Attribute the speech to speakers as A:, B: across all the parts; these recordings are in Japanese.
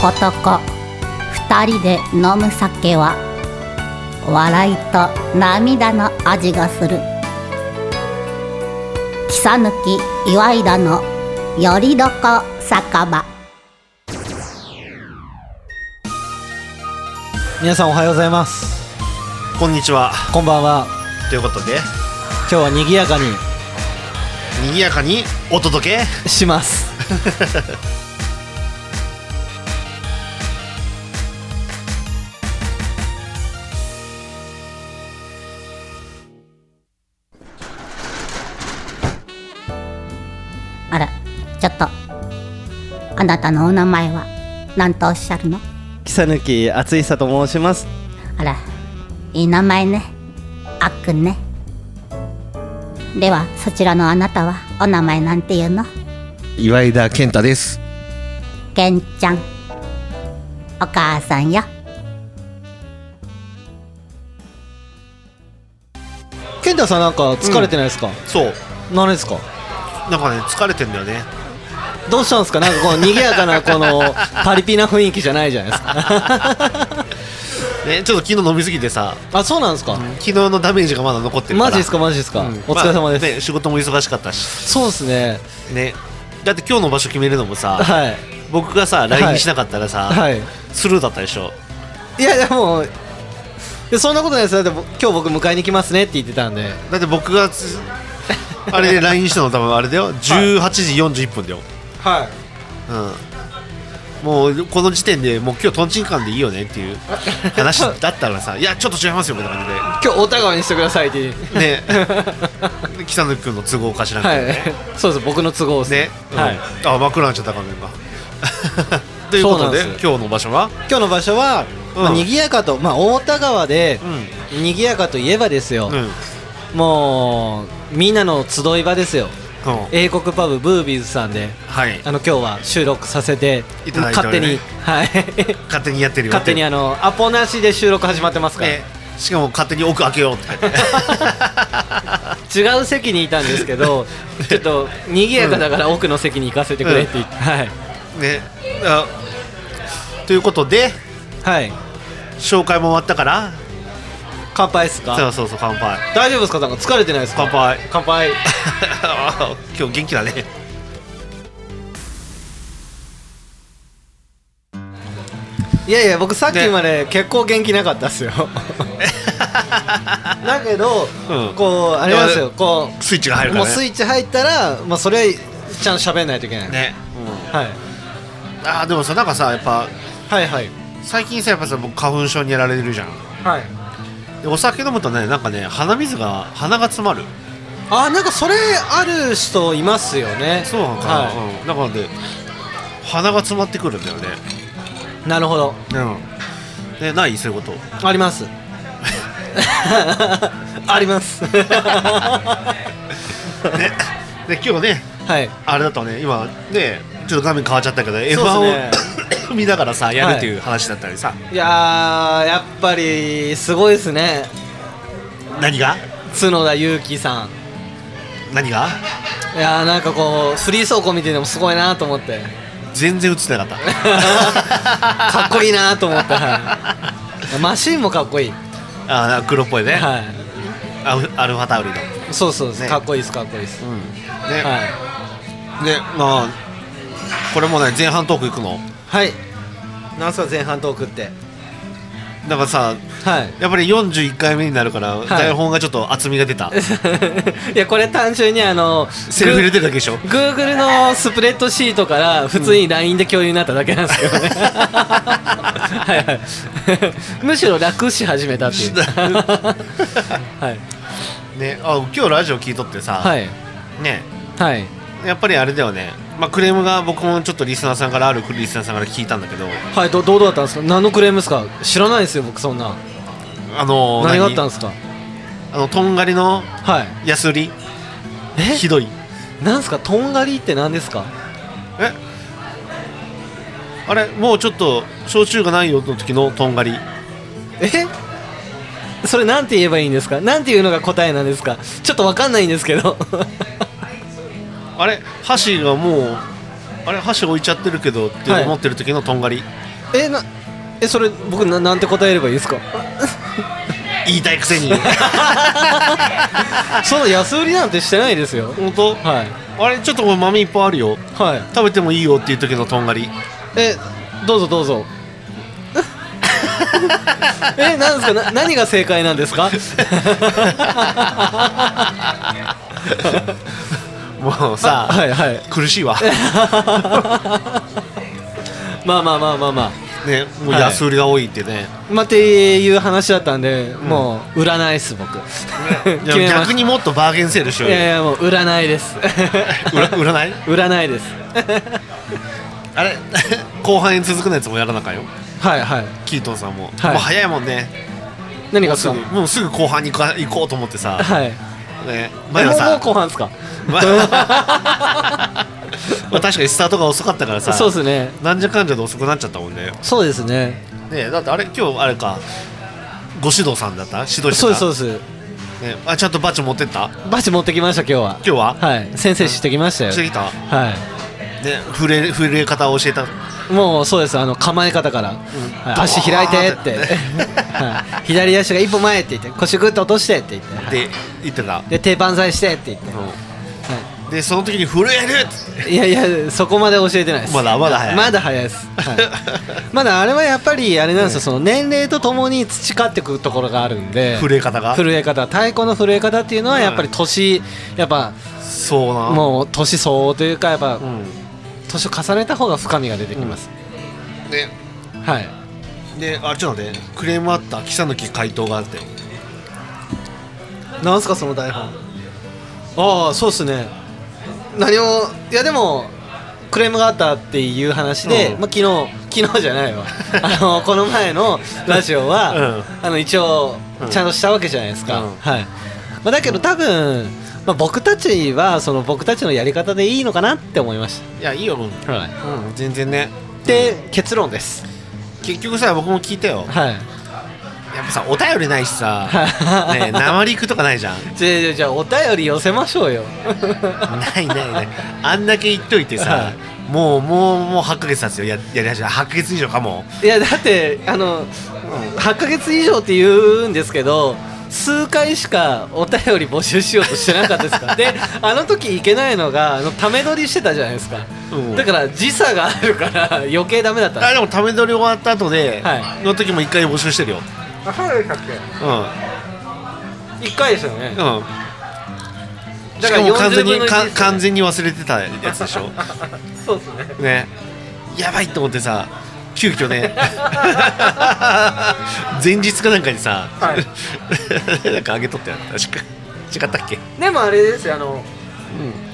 A: 男二人で飲む酒は笑いと涙の味がする草抜き岩井田のよりどこ酒場
B: 皆さんおはようございます
C: こんにちは。
B: こんばんは
C: ということで、
B: 今日は賑やかに
C: 賑やかにお届け。
B: します
A: あらちょっとあなたのお名前は何とおっしゃるの
B: 草抜き厚久と申します
A: あらいい名前ねあっくんねではそちらのあなたはお名前なんていうの
D: 岩井田健太です
A: けんちゃんお母さんよ
B: 健太さんなんか疲れてないですか、
C: そう、
B: 何ですか
C: なんかね、疲れてんだよね。
B: どうしたんですかなんかこの賑やか なこのパリピな雰囲気じゃないじゃないですか
C: ね、ちょっと昨日飲みすぎてさ、
B: あそうなんですか、
C: 昨日のダメージがまだ残ってるか
B: マ
C: ら。
B: ジですかマジですか、
C: うん
B: お疲れ様です、
C: まあね、仕事も忙しかったし。
B: そうですね
C: ね。だって今日の場所決めるのもさ、
B: はい
C: 僕がさ、
B: い
C: LINE しなかったらさ、
B: はい
C: スルーだったでしょ。
B: いやいやもういやそんなことないですだってぼ今日僕迎えに来ますねって言ってたんで
C: だって僕がつ、あれで LINE したの多分あれだよ。18時41分だよ。
B: はい
C: うん。もうこの時点でもう今日とんちんかんでいいよねっていう話だったらさ「いやちょっと違いますよ」みたいな感じで
B: 今日お互いにしてくださいって
C: ね 北野君の都合かしらんけ
B: は
C: ど
B: い
C: ね、
B: そうです僕の都合です
C: ね、うん
B: はい、
C: あ真っ暗になっちゃった画面 がというこ
B: そ
C: とで
B: うなんです
C: 今日の場所は
B: 今日の場所は、
C: うん
B: まあ、賑やかと、まあ、太田川で
C: う、ん
B: 賑やかといえばですよ、
C: うんうん
B: もうみんなの集い場ですよ英国パブブービーズさんで
C: はい
B: あの今日は収録させて
C: いただいてお
B: 勝手
C: り
B: に
C: ます
B: はい
C: 勝手にやってるよ
B: 勝手に
C: や
B: あのアポなしで収録始まってますから、
C: しかも勝手に奥開けようって 書いて
B: 違う席にいたんですけ どちょっと賑やかだから奥の席に行かせてくれって言って、はい
C: ねあということで
B: はい
C: 紹介も終わったから
B: 乾杯っす
C: そ
B: か
C: うそうそう乾杯
B: 大丈夫ですかなんか疲れてないですか
C: 乾杯
B: 乾杯
C: 今日元気だね
B: いやいや僕さっき
C: ね
B: まで結構元気なかったっ すよだけど、
C: うん
B: こうあれなんですよこう
C: スイッチが入るか
B: も
C: ら
B: う
C: ね
B: スイッチ入ったら、まあ、それはちゃんと喋んないといけない、
C: ね、
B: はい、
C: うん、あーでもさなんかさやっぱ
B: はいはい
C: 最近さやっぱさ僕花粉症にやられるじゃん
B: はい
C: でお酒飲むとねなんかね鼻水が鼻が詰まる
B: あなんかそれある人いますよね
C: そうなのかな、
B: は
C: うん、だからね鼻が詰まってくるんだよね
B: い、なるほど
C: うんねないそういうこと
B: あります あります
C: ねで今日ね
B: はい
C: あれだとね今ねちょっと画面変わっちゃったけど、F1
B: そう
C: を、
B: です
C: 見ながらさやるっていう話だったりさ、
B: いやーやっぱりすごいですね
C: 何が
B: 角田裕樹さん
C: 何が
B: いやーなんかこうフリー走行見ててもすごいなと思って
C: 全然映ってなかっ た
B: かっこいいなと思ってはいマシーンもかっこいい、
C: あー黒っぽいね、
B: は
C: アルアルファタウリの、
B: い、そうそうです、
C: ね
B: かっこいいですかっこいいです、
C: うんね
B: は
C: でまあこれもね前半トークいくの
B: い、はい、なんすか前半トークって
C: なんかさ
B: はい
C: やっぱり41回目になるから、
B: い
C: 台本がちょっと厚みが出た
B: いやこれ単純にあの
C: セルフ入れてるだけでしょ
B: Google のスプレッドシートから普通に LINE で共有になっただけなんですけどね、はいはい むしろ楽し始めたっていうはい
C: ねあ今日ラジオ聞いとってさ、
B: はい
C: ね
B: はい
C: やっぱりあれだよね、まあ、クレームが僕もちょっとリスナーさんからあるリスナーさんから聞いたんだけど
B: はいどどうだったんですか何のクレームですか知らないですよ僕そんな
C: あの
B: 何があったんですか
C: あのとんがりの
B: はい
C: やすり
B: え
C: ひどい
B: なんすかとんがりって何ですか
C: えあれもうちょっと焼酎がないよの時のとんがり
B: えそれなんて言えばいいんですかなんていうのが答えなんですかちょっとわかんないんですけど
C: あれ箸がもうあれ箸置いちゃってるけどって思ってる時のとんがり、
B: えなえそれ僕ななんて答えればいいですか
C: 言いたいくせに
B: その安売りなんてしてないですよ
C: 本当
B: はい
C: あれちょっとこれ豆いっぱいあるよ
B: はい
C: 食べてもいいよっていう時のとんがり
B: えどうぞどうぞ えなんですかな何が正解なんですか
C: もう
B: あ
C: さ
B: はい はい
C: 苦しいわ
B: まあまあまあまあまあ
C: ねもう
B: はい
C: 安売りが多いってね、
B: まあ、っていう話だったんで、もう売らないっす 僕
C: で
B: 決
C: も
B: めま
C: 逆
B: し
C: にもっとバーゲンセールしたよ
B: いう
C: よ
B: やいやもう売らないです
C: 売 ら売らない
B: 売らないです
C: あれ 後半に続くのやつもやらなあかんよ
B: はいはい
C: キートンさんも、
B: はい
C: もう早いもんね
B: 何
C: も
B: が
C: う
B: っ
C: す
B: す
C: ぐ
B: か
C: もうすぐ後半に行か行こうと思ってさ、
B: はい
C: ね、
B: え
C: 前
B: も
C: は
B: うもう
C: さ
B: 後半っすか
C: ままあ確かにスタートが遅かったから さ
B: そうですね
C: なんじゃかんじゃで遅くなっちゃったもんね
B: そうですね
C: ねだってあれ今日あれかご指導さんだった指導してた
B: そうですそうです
C: ね、あちゃんとバッジ持ってった
B: バチ持ってきました今日は
C: 今日は、
B: はい先生してきましたよ
C: してきた
B: は
C: ね触れ触れ方を教えた
B: いもうそうですあの構え方から、はい足開いてって、はい左足が一歩前って言って腰グッと落としてって言って、はい
C: で言ってた、
B: で手万歳してって言って、はい
C: うんでその時に震える
B: いやいやそこまで教えてないです
C: まだまだ早い
B: まだ早いです、はい、まだあれはやっぱりあれなんですよ、その年齢とともに培ってくるところがあるんで
C: 震え方が
B: 震え方太鼓の震え方っていうのはやっぱり年、やっぱ
C: そうな
B: もう年相応というかやっぱ
C: うん
B: 年を重ねた方が深みが出てきます、
C: で
B: はい
C: であちょっと待ってクレームあった木の木回答があって
B: なんすかその台本ああそうっすね何もいやでもクレームがあったっていう話で、
C: うん
B: まあ、昨日昨日じゃないわ あのこの前のラジオは、あの一応
C: うん
B: ちゃんとしたわけじゃないですか、
C: うん
B: はい、まあ、だけど多分、まあ、僕たちはその僕たちのやり方でいいのかなって思いまし
C: いやいいようん、
B: た、はい、
C: うん、全然ね
B: で結論です
C: 結局さ僕も聞いたよ
B: はい
C: やっぱさお便りないし さね生リクとかないじゃん
B: じゃあじゃあじゃあお便り寄せましょうよ
C: ないないないあんだけ言っといて
B: は
C: さもうもうもう8ヶ月経つよややり始め8ヶ月以上かも
B: いやだってあの、8ヶ月以上って言うんですけど数回しかお便り募集しようとしてなかったですからであの時いけないのがあのため撮りしてたじゃないですか、
C: うん
B: だから時差があるから余計ダメだったんで
C: あでもため撮り終わった後で、
B: は
C: の時も1回募集してるよ
B: す1回でしたよね
C: うんうん
B: だ
C: し
B: か
C: からも完全
B: 40分の1
C: に
B: で
C: か
B: すよね
C: 完全に忘れてたやつで しょ
B: そうですね
C: ねやばいと思ってさ急遽ね 前日かなんかにさ、
B: は
C: なんかあげとったよ確か違ったっけ
B: でもあれですよあの、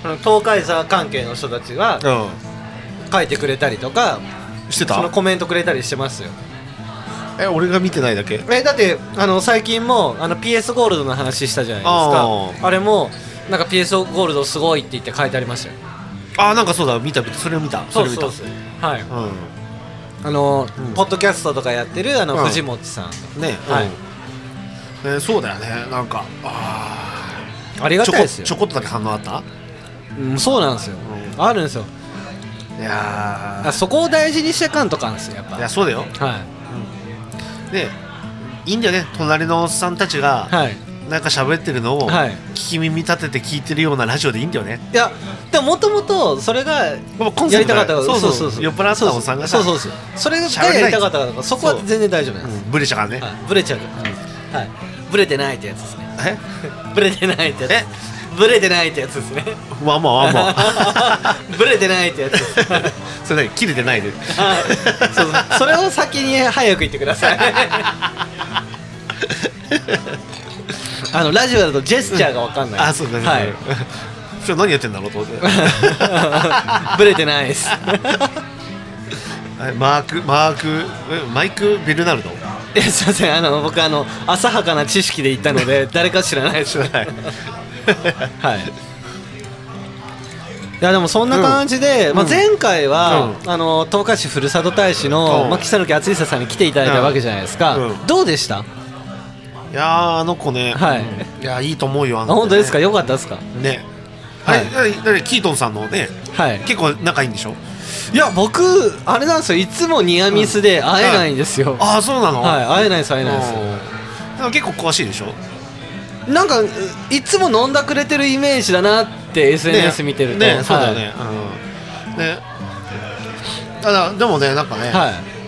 B: あの東海座関係の人たちが
C: う
B: 書いてくれたりとか
C: んして
B: その
C: た
B: コメントくれたりしてますよ
C: え俺が見てないだけ
B: えだってあの最近もあの PS ゴールドの話したじゃない
C: あ
B: ですかあれもなんか PS ゴールドすごいって言って書いてありましたよ
C: あなんかそうだ見た見たそれを見たれを見た
B: そうはい
C: うん
B: あの、
C: うん
B: ポッドキャストとかやってるあの、
C: うん
B: 藤本さん
C: ね
B: はい
C: うんねそうだよねなんかあ
B: あり
C: ー
B: が
C: ちょ
B: たい
C: こ
B: ですよ
C: ちょこっとだけ反応あった
B: うん、そうなんですよ、
C: う
B: あるんですよ
C: いや
B: あそこを大事にしてかんとかんですよやっ
C: ーいや
B: ぱ
C: そうだよ
B: は
C: でいいんだよね隣のおっさんたちが
B: いはい
C: なんか喋ってるのを
B: はい
C: 聞き耳立てて聞いてるようなラジオでいいんだよね
B: いやでももともとそれが
C: やっぱコンセ
B: や
C: プ
B: り
C: ト
B: た
C: が
B: かったから
C: そうそう酔っ払ったおっさんがさ
B: そうそうそうそれがやりたかったからとかそこは全然大丈夫なんです、
C: ブレちゃからね
B: はいブレちゃうから、はいブレてないってやつですね
C: え
B: ブレてないってやつ
C: え
B: ブレてないってやつですね
C: まあまあまあまあ
B: ブレてないってやつですはい
C: それ何切れてないで
B: そうそうそれを先に早く言ってくださいあのラジオだとジェスチャーが分かんない、
C: あそうだね
B: はい
C: 今日何やってんだろうと思って
B: ブレてないです
C: えマークマークえマイク・ベルナルド
B: いやすいませんあの僕あの浅はかな知識で言ったので誰か知らないです
C: 知らない
B: はい。いやでもそんな感じで、
C: うん
B: まあ、前回は、
C: う
B: あの東海市ふるさと大使の、
C: うん
B: まあ、北貫厚久さんに来ていただいたわけじゃないですか、
C: うん
B: どうでした
C: いやーあの子ね、
B: はい
C: うんいやいいと思うよあ
B: あ
C: の子ね
B: 本当ですか良かったですか
C: ねは
B: はい
C: い、はい、だってキートンさんのね
B: はい
C: 結構仲いいんでしょ
B: いや僕あれなんですよいつもニアミスで会えないんですよ、
C: ああそうなの、
B: はい会えないです会えないです
C: うんでも結構詳しいでしょ
B: なんかういつも飲んだくれてるイメージだなって SNS 見てると、
C: ね
B: はい
C: そうだよね、うんねただでもねなんかね、
B: は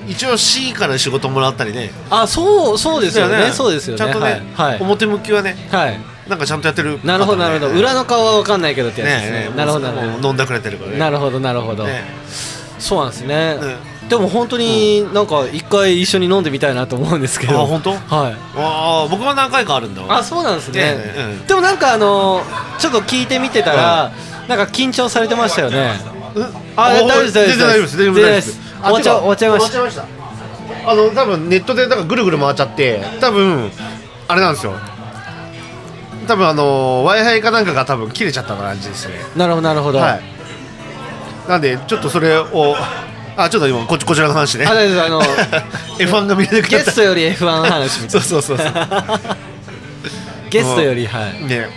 B: い、
C: 一応 C から仕事もらったりね
B: あそうそうですよねそうですよね
C: ちゃんとね、
B: はい、はい
C: 表向きはね
B: はい
C: なんかちゃんとやってる、
B: なるほどなるほど裏の顔は分かんないけどってやつですね
C: ねえ
B: なるほどなる
C: も
B: ほ
C: う飲んだくれてるから
B: ど
C: ね
B: なるほどなるほど、
C: ね
B: そうなんですね、
C: ね
B: でも本当になんか一回一緒に飲んでみたいなと思うんですけど
C: あ本当
B: はい
C: ああ僕は何回かあるんだ
B: あそうなんですね
C: ねえうん
B: でもなんかあのちょっと聞いてみてたら、なんか緊張されてましたよね
C: うん
B: あ
C: お
B: 大丈夫です
C: 全然大丈夫です
B: 大丈夫です
C: 大丈夫
B: 終わっち
E: 終
B: ゃう
E: わ
B: 終わ
E: っ
B: っ
E: ち
B: ち
E: ゃ
B: ゃ
E: いましたあの多分ネットでなんかぐるぐる回っちゃって多分あれなんですよ多分あの w i f i かなんかが多分切れちゃった感じですね
B: なるほどなるほど、
E: はいなんでちょっとそれを
C: あちょっと今ここちらの話 ね
B: あ大丈夫です
C: F1 が見れな
B: あの
C: くな
B: ゲ
C: った
B: ストより F1 の話みた
C: そ
B: いう
C: そうそうそ う
B: なゲストよりはい
C: ね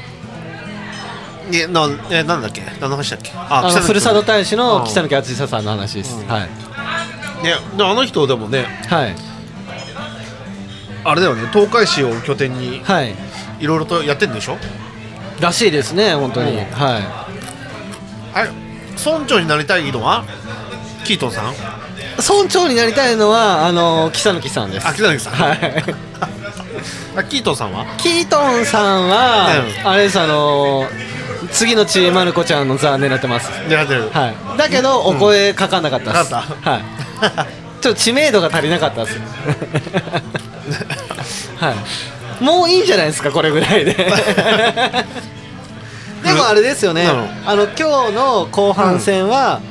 C: ねなえなんだっけ何の話だっけ
B: あの
C: 北野君
B: ふるさと大使
C: う
B: の
C: ん
B: 北貫淳久さんの話です、はい
C: ねであの人でもね
B: はい
E: あれだよね東海市を拠点に
B: はい
C: いろいろとやってんでしょ
B: らしいですね本当に、
C: うん
B: は
C: あれ村長になりたいのはキートンさん
B: い村長になりたいのはあの北貫さんです
C: あ北貫さん
B: はい
C: あキートンさんは
B: キートンさんは、
C: うん
B: あれですあのー次のちまる子ちゃんの座狙ってます、
C: 狙ってる
B: はい、だけどお声かかんなかったです、
C: かかっ
B: はい、ちょっと知名度が足りなかったですはいもういいんじゃないですかこれぐらいででもあれですよね
C: なる
B: あの今日の後半戦は、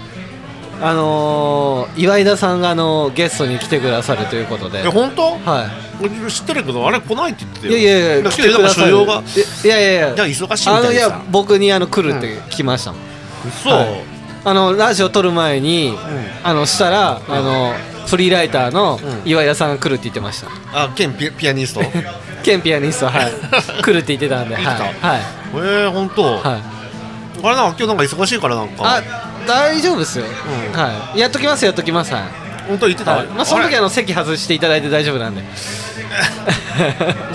B: あのー岩井田さんがあのゲストに来てくださるということで
C: え本当
B: はい
C: 俺知ってるけどあれ来ないって言ってた
B: い
C: よ
B: やいやいや
C: 来てるから所要
B: い
C: が
B: やいやいや
C: だから忙しいみ
B: あ
C: た
B: のい
C: いで
B: や
C: さ
B: 僕にあの来るって聞きましたもん、
C: そう、
B: はいあのラジオ撮る前に、あのしたら、あのフリーライターの岩井田さんが来るって言ってました、
C: あ兼ピピアニストへ
B: ケンピアニストはい 来るって言ってたんではい
C: いですか
B: はい、
C: え本当、
B: はい、
C: あれなんか今日なんか忙しいからなんか
B: あ大丈夫ですよ、
C: ん
B: はいやっときますやっときますはい、
C: 本当言ってた、
B: はいまあ、その時
C: あ
B: あの席外していただいて大丈夫 なんで
C: れ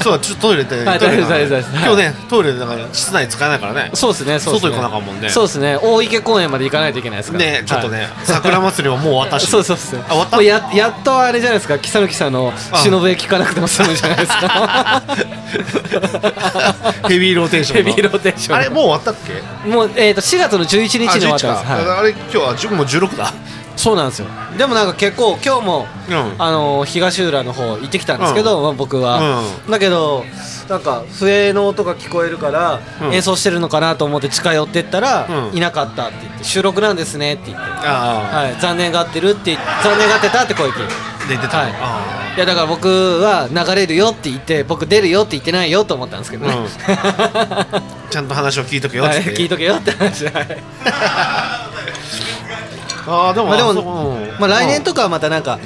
C: そうだちょっとトイレで、
B: はい
C: トイレで
B: 大丈夫です大丈夫です
C: 今日ねトイレだから室内使えないからね
B: そうですねそうですね
C: 外行かなあかんもんね
B: そうですね大池公園まで行かないといけないですから
C: ねちょっとね、
B: はい
C: 桜祭りはもう終わったし
B: そうそうそう。
C: あ終わった
B: もうややっとあれじゃないですか。木更木さんの忍べ聞かなくても済むじゃないですか。
C: ヘビーローテーション
B: ヘ
C: の
B: ビーローテーション。
E: あれもう終わったっけ
B: もうえっ、と4月の11日に
E: あ
B: 終わったん
E: 11
B: です。は
E: あれ今日は10もう16だ
B: い。そうなんですよ。でもなんか結構今日も、
C: うん
B: あのー東浦の方行ってきたんですけど、まあ僕は、だけどなんか笛の音が聞こえるから、
C: うん
B: 演奏してるのかなと思って近寄ってったら、
C: うん
B: いなかったって言って収録なんですねって言って。
C: あ
B: はい、残念がってるって残念がってたって声聞いて
C: あで出てた、
B: はい
C: あ
B: いやだから僕は流れるよって言って僕出るよって言ってないよと思ったんですけどね、
C: うんあちゃんと話を聞いとけよっ
B: は
C: つ
B: い
C: って、
B: 聞いとけよって話はい
C: ああでも,、
B: まあで
C: そ
B: も
C: こ、
B: まあ、来年
C: か
B: とかはまたなんか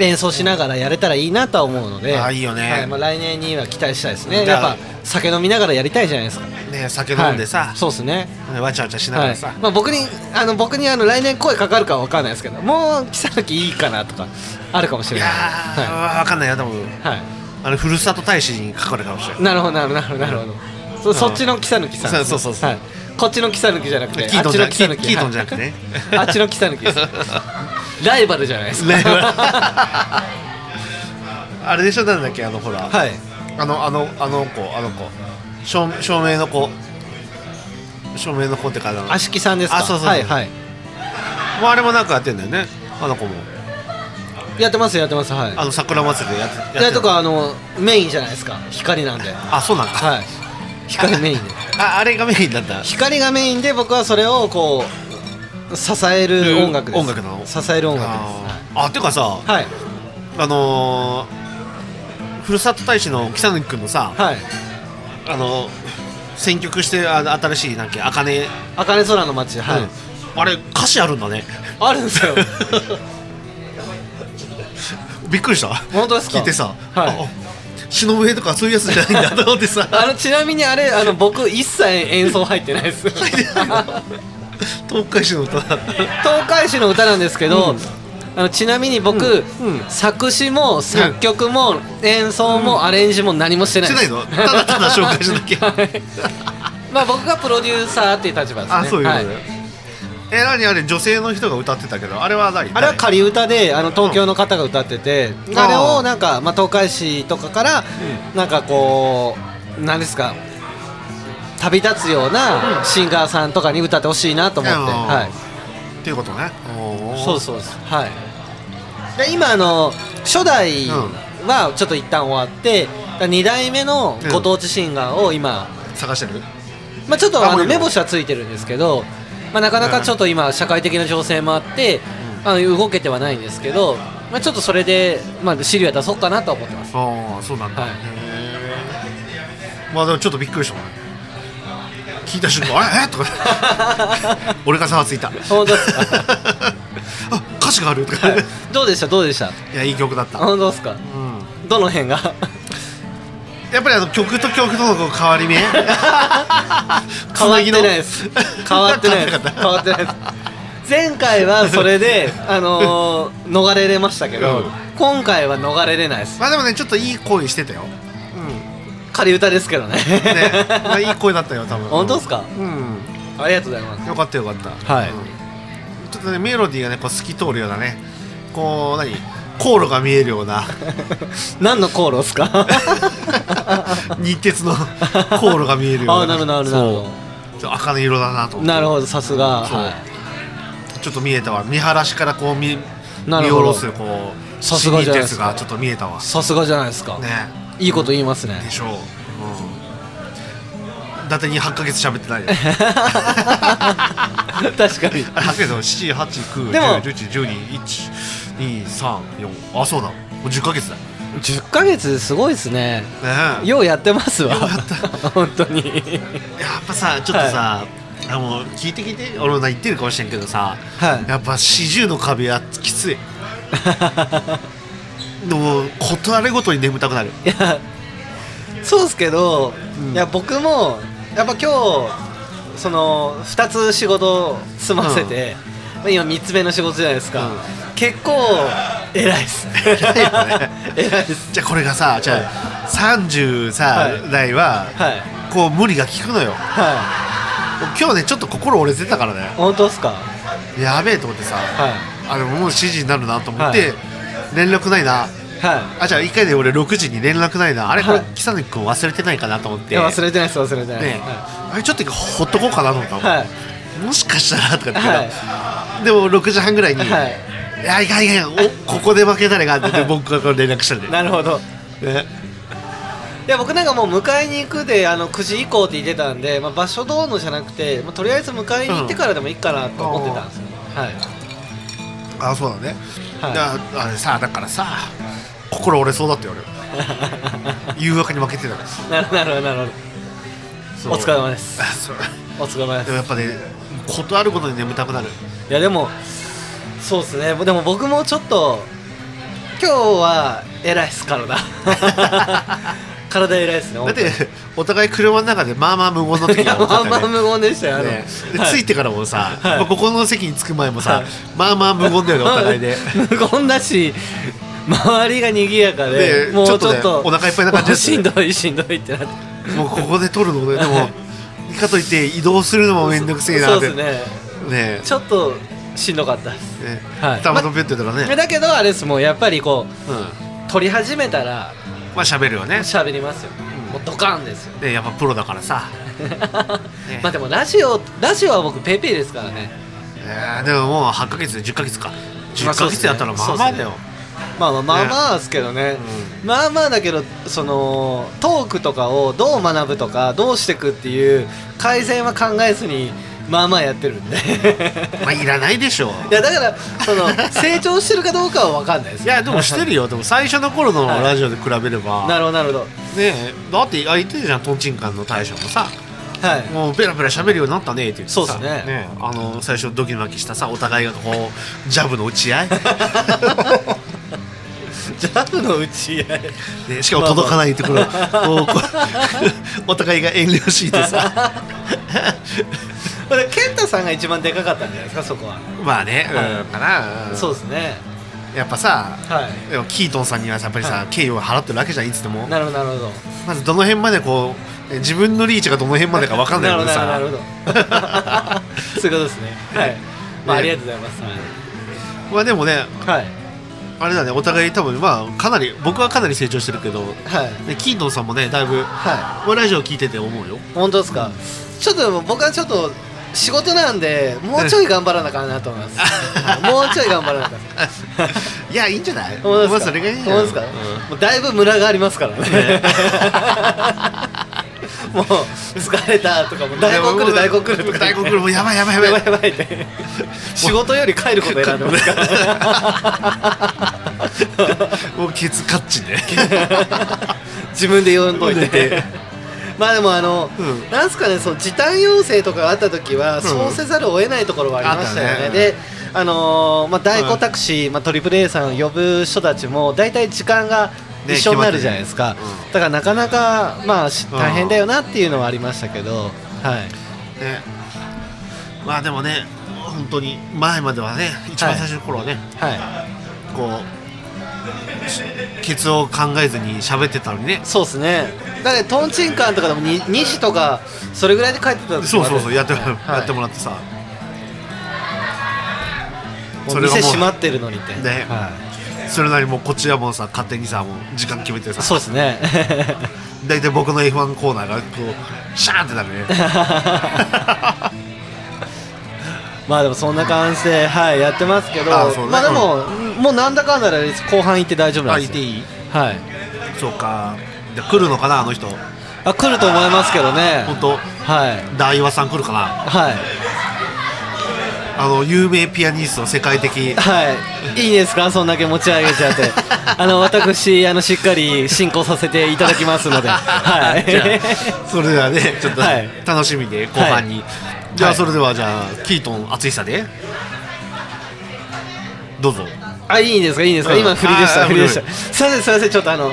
B: 演奏しながらやれたらいいなとは思うので
C: あいいよね
B: はいまあ、来年には期待したいですね
C: じゃ
B: やっ
C: あ
B: ぱ酒飲みながらやりたいじゃないですか
C: ね酒飲んでさ、
B: はいそうですね
C: わちゃわちゃしなが
B: は
C: ら
B: い
C: さ、
B: まあ、僕にあの僕にあの来年声かかるかは分かんないですけどもう木更木いいかなとかあるかもし
C: い、
B: れ
C: や
B: ない
C: ー、
B: は
C: わかんないよ多分
B: い、はい
C: あのふるさと大使にかかるかもしれない
B: なるほどなるほどなるほど、そそっちのキサヌキさんですね、
C: そうそうそうそう
B: はい、こっちのキサヌキじゃなくて
C: キートンじゃ
B: あっちのキサヌキ
C: キートンじゃなくてね
B: はいあっちのキサヌ キですライバルじゃないですか
C: ラ イバル あれでしょなんだっけあのほら、
B: はい
C: あのあのあの子あの子照照明の子照明の子ってかな
B: アシキさんですか
C: あそうそうそう
B: はいはい
C: もうあれもなんかやってんだよねあの子も
B: やってますやってますはい
C: あの桜祭りでやってやって
B: でとかあのメインじゃないですか光なんで
C: あそうなんか、
B: はい光メインで
C: ああれがメインなんだ
B: 光がメインで僕はそれをこう支える音楽です
C: 音楽なの
B: 支える音楽
C: あーあてかさ
B: ですはい
C: あのー、ふるさと大使の北野君のさ
B: はい
C: あの選曲してあ新しいなんか茜、
B: 茜空の街はい、
C: うんあれ歌詞あるんだね
B: あるんですよ
C: びっくりした
B: 本当ですか
C: 聞いてさ、
B: はい
C: あ死の上とかそういうやつじゃないんだと思ってさ
B: あのちなみにあれあ の僕一切演奏入ってないです
C: 東海市の歌
B: 東海市の歌なんですけど、あのちなみに僕、作詞も作曲も演奏もアレンジも何もしてない
C: して
B: です
C: ないのただただ紹介しなきゃ
B: まあ僕がプロデューサーっていう立場ですね
C: あそういうこ
B: は
C: とだよ、え何あれ女性の人が歌ってたけどあれは何
B: あれは仮歌であの東京の方が歌ってて、
C: ん
B: あれをなんか、まあ、東海市とかから、なんかこう何ですか旅立つようなシンガーさんとかに歌ってほしいなと思って、
C: うん
B: はい、
C: っていうことね
B: そうですそうですはいで今あの初代はちょっと一旦終わって2代目のご当地シンガーを今、
C: 探してる
B: まあ、ちょっと
C: あ
B: あの
C: もういいの
B: 目星はついてるんですけど、まあ、なかなかちょっと今社会的な情勢もあって、あの動けてはないんですけど、まあ、ちょっとそれで、まあ、資料は出そうかなとは思ってます
C: ああそうなんだ、
B: はい
C: へえまあでもちょっとびっくりしたもん聞いた瞬間「あれえとか 俺がざわついた
B: 本当ですか
C: あ歌詞があるとか、い、
B: どうでしたどうでした
C: やいい曲だった、
B: 本当ですか
C: うん
B: どの辺が
C: やっぱりあの曲と曲とのこう変 わり目
B: 変わってないです変わってないです 変わってないです前回はそれで、あのー逃れれましたけど、
C: うん
B: 今回は逃れれないです
C: まあでもねちょっといい声して たよ、
B: 仮歌ですけどね
C: ねまあ、いい声だったよ多分
B: 本当ですか
C: うん
B: ありがとうございます
C: よかったよかった
B: はい
C: うんちょっとねメロディーがねこう透き通るようなねこう何航路が見えるよ うな
B: 何の航路ですか
C: 日鉄の航路が見えるような
B: ああなるほどなるほど
C: そう赤の色だなと
B: なるほどさすが
C: そう
B: は
C: ちょっと見えたわ見晴らしからこう見
B: な
C: 見
B: る
C: 下
B: ほど
C: ろすこう
B: さすがじゃないで
C: 鉄
B: す
C: が
B: か
C: ちょっと見えたわ
B: いさすがじゃないですか
C: ね
B: いいこと言いますね
C: でしょう、うん、伊達に8ヶ月喋っ てないよ
B: 確かに
C: あれ8ヶ月だもん7 8 9
B: でも
C: 1 0 1 1 1 2 3 4あそうだもう10ヶ月だね
B: 10ヶ月すごいですね
C: えや
B: ようやってますわ 本当に
C: っぱさちょっとさ、あの聞いて聞いて俺もな言ってるかもしれんけどさ、
B: はい
C: やっぱ40の壁はきついでもことあれごとに眠たくなる
B: いやそうっすけど、いや僕もやっぱ今日その2つ仕事を済ませて、今3つ目の仕事じゃないですか、
C: うん
B: 結構偉いっす
C: よね
B: 偉いっす
C: じゃあこれがさじゃあ30さ
B: はい
C: 代は
B: はい
C: こう無理が効くのよ
B: はい
C: 今日ねちょっと心折れてたからね
B: 本当っすか
C: やべえと思ってさ、
B: はい
C: あでももう7時になるなと思って、連絡ないな
B: は
C: あじゃあ1回で俺6時に連絡ないなあれこ
B: は
C: れ
B: い
C: 北野君忘れてないかなと思っ
B: いい
C: て
B: や忘れてないっす忘れてない、
C: ね
B: は
C: あれちょっとほっとこうかなと思ったの、
B: い、はい
C: もしかしたらとか言ってたら、でも6時半ぐらいに、
B: はい
C: い、やいかんいかんいかんおここで負けたらいかんって言って僕がこう連絡したんで、ね
B: なるほどいや僕なんかもう迎えに行くであの9時以降って言ってたんで、まあ、場所どうのじゃなくて、まあ、とりあえず迎えに行ってからでもいいかなと思ってたんですよ、はい
C: あそうだね、
B: はい
C: だあれさだからさ心折れそうだって言われる誘惑に負けてたから
B: なるなるほどなるほ
C: そ
B: ど
C: う
B: お疲れ様です
C: あそう
B: お疲れ様で
C: ですもやっぱねことあることに眠たくなる
B: いやでもそうですねでも僕もちょっと今日は偉いっす 体体偉いっすね
C: だってお互い車の中でまあまあ無言の
B: 本当
C: 時
B: にいや
C: が多
B: ま
C: か
B: あ
C: った
B: まあ
C: よね
B: 無言でしたよあの、
C: ねで
B: はい
C: 着いてからもさ、
B: はい
C: まあここの席に着く前もさ、
B: はい
C: まあまあ無言だよねお互 いで
B: 無言だし周りが賑やかで
C: で
B: もうち
C: ち
B: ょ
C: ょ
B: っ
C: っ
B: と
C: とねお腹いっぱいな感じ
B: もう
C: です
B: しん
C: ね
B: どいしんどいってなって
C: もうここで撮るのねでもかといって移動するのも面倒くせえな
B: そ
C: っ
B: う
C: て
B: ですね
C: ね
B: ちょっとしんどかったです
C: ね
B: はい
C: たまたまペットだからね、
B: だけどあれですもうやっぱりこう
C: うん、
B: 撮り始めたら
C: まあ喋るよね
B: 喋りますよもうドカンですよ
C: でやっぱプロだからさ、
B: まあでもラジオラジオは僕ペイペイですからね
C: えーでももう8ヶ月で10ヶ月か
B: まあ
C: 10
B: そう
C: ヶ
B: っす
C: 月
B: ね
C: やったらまあまあだよ、
B: まあまあまあまあですけどねまあまあだけどそのトークとかをどう学ぶとかどうしていくっていう改善は考えずにまあまあやってるんで
C: まあいらないでしょ
B: いやだからその成長してるかどうかは分かんないです
C: いやでもしてるよでも最初の頃のラジオで比べれば、
B: なるほどなるほど
C: ねえだって相手じゃんとんちんかんの大将もさ
B: はい
C: もうペラペラ喋るようになったねって言ってさ
B: そうっすね
C: えあの最初 ドキドキしたさお互いがこうジャブの打ち合い
B: ジャブの打ち合い
C: ねしかも届かないところ、もうこうお互いが遠慮しいて さ
B: これ健太さんが一番でかかったんじゃないですかそこは、
C: まあね、
B: は
C: うん、かな、うん
B: そうですね
C: やっぱさ
B: はい
C: でもキートンさんにはさやっぱりさ、
B: はい
C: 敬意を払ってるわけじゃんいつでも
B: なるほどなるほど
C: まずどの辺までこうえ自分のリーチがどの辺までか分かんないので
B: な
C: さ
B: るほどなるほど そういうことですねはいまあありがとうございます
C: まあでもね
B: はい
C: あれだねお互い多分まあかなり僕はかなり成長してるけど
B: はい
C: ねキートンさんもねだいぶ
B: は
C: 俺ラジオ聞いてて思 うよ
B: い本当ですか、ちょっとでも僕はちょっと仕事なんでもうちょい頑張らなあかんなと思いますはいもうちょい頑張ら なあかん
C: いやいいんじゃない
B: 本当です
C: まあ
B: か
C: それがいいんじゃ
B: 本当で
C: ない
B: すか、もうだいぶムラがありますからね もう疲れたとかもう大根来る大根来るとか
C: 大根来るもうやばいやばいやば
B: や
C: い
B: ばいやばいって仕事より帰ること選んでますから
C: もうケツカッチン ね
B: 自分で呼んどい てまあでもあの、
C: うん
B: なんすかねその時短要請とかがあった時は、そうせざるを得ないところはありましたよ
C: あっ
B: ね
C: たね
B: であのーまあ、代行タクシー、まあ、トリプル A さんを呼ぶ人たちも大体時間が
C: ね
B: 一緒になるじゃないですか、
C: 決まってね
B: だからなかなか、まあ、し
C: うん
B: 大変だよなっていうのはありましたけど、はい、
C: ねまあでもね本当に前まではね一番最初の頃はね、
B: は
C: こうケツを考えずに喋ってたのにね
B: い、そうですねだからトンチンカンとかでもに2時とかそれぐらいで帰ってた時
C: そ
B: も
C: う
B: あ
C: そうそうやって,、
B: はい
C: やってもらってさ
B: もう
C: それ
B: 店
C: がもう
B: 閉まってるのにって、
C: ね
B: はい、
C: それなりにもうこっちはもうさ勝手にさもう時間決めてさ
B: そうです ね
C: 大体僕の F1 コーナーがこうシャーンってなるね
B: まあでもそんな感じで、はい、やってますけど
C: あそうね
B: まあでも、もうなんだかんだで後半行って大丈夫な
C: あ
B: ん
C: い
B: です
C: て
B: よ
C: いい
B: はい
C: そうかじゃあ来るのかなあの人
B: あ来ると思いますけどね
C: 本当
B: はい
C: 大和さん来るかな
B: はい
C: あの有名ピアニスト世界的
B: はいいいですかそんだけ持ち上げちゃって あの私あのしっかり進行させていただきます のではい
C: じゃあそれではねちょっと
B: はい
C: 楽しみで後半に、じゃあそれではじゃあキートン熱いさでどうぞ
B: あいいんですかいいんですか、
C: うん
B: 今振りでし
C: あ
B: た
C: ー
B: 振りでした
C: 振
B: すいませんすいませんちょっとあの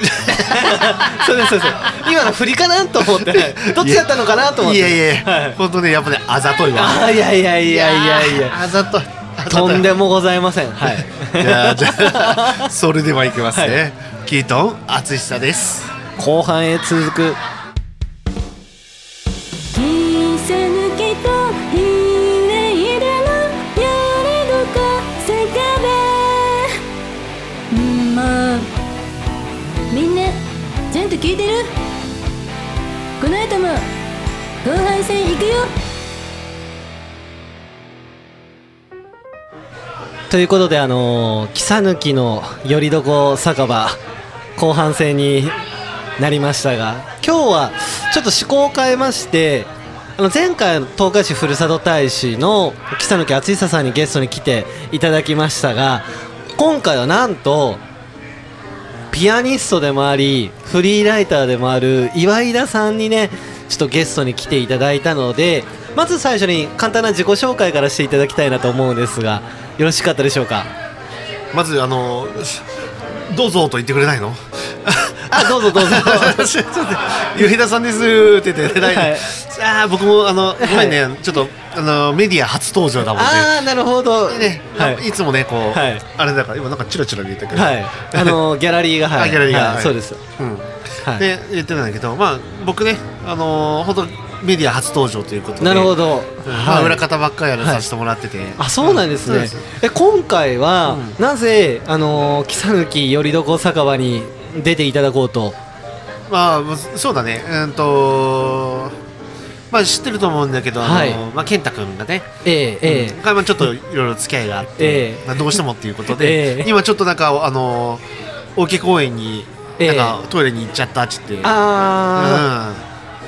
B: そうですそうです今の振りかなと思ってどっちだったのかなと思って
C: いやいやい
B: は
C: や
B: い
C: 本当ねやっぱねあざといわ
B: あーいやいやいやいやいや
C: あざとい
B: とん
C: も
B: でもございませんはい
C: じゃあじゃあそれではいきますね、キートン熱いさです
B: 後半へ続く
F: 「切り裂けたいでのやれどこせかべ」んもうみんなちゃんと聞いてるこの後も後半戦行くよ
B: ということであのー、キサヌキのよりどこ酒場後半戦になりましたが今日はちょっと趣向を変えましてあの前回東海市ふるさと大使のキサヌキ厚久さんにゲストに来ていただきましたが今回はなんとピアニストでもありフリーライターでもある岩井田さんにねちょっとゲストに来ていただいたのでまず最初に簡単な自己紹介からしていただきたいなと思うんですがよろしかったでしょうか
C: まずあのどうぞと言ってくれないの
B: あどうぞどう ぞ
C: ちょっとゆりださんですって言ってない、
B: はい
C: ああ僕もあのごめんね、ちょっとあのメディア初登場だもんね。
B: ああなるほど
C: ね、
B: はい
C: い、つもねこう、
B: はい
C: あれだから今なんかチラチラ見えたけど、
B: はいあのギャラリーがは
C: あ
B: い
C: ギャラリーが
B: はい
C: はい
B: そうです
C: うん
B: はい
C: で言ってたんだけど、まあ僕ねあの本当メディア初登場ということで、
B: なるほど、
C: うんまあ
B: はい
C: 裏方ばっかりやらさせてもらってて、
B: あそうなんですね、
C: うんそう
B: え今回は、なぜあのー、キサヌキよりどこ酒場に出ていただこうと
C: まあそうだね、うんと。まあ知ってると思うんだけど、あの
B: はい
C: まあ健太君がね、
B: ええええ、
C: がまあちょっといろいろ付き合いがあって、
B: ええ
C: まあどうしてもっていうことで、
B: ええ
C: 今ちょっとなんかあの大木公園に
B: ええ
C: なんかトイレに行っちゃったっつって、
B: ああ、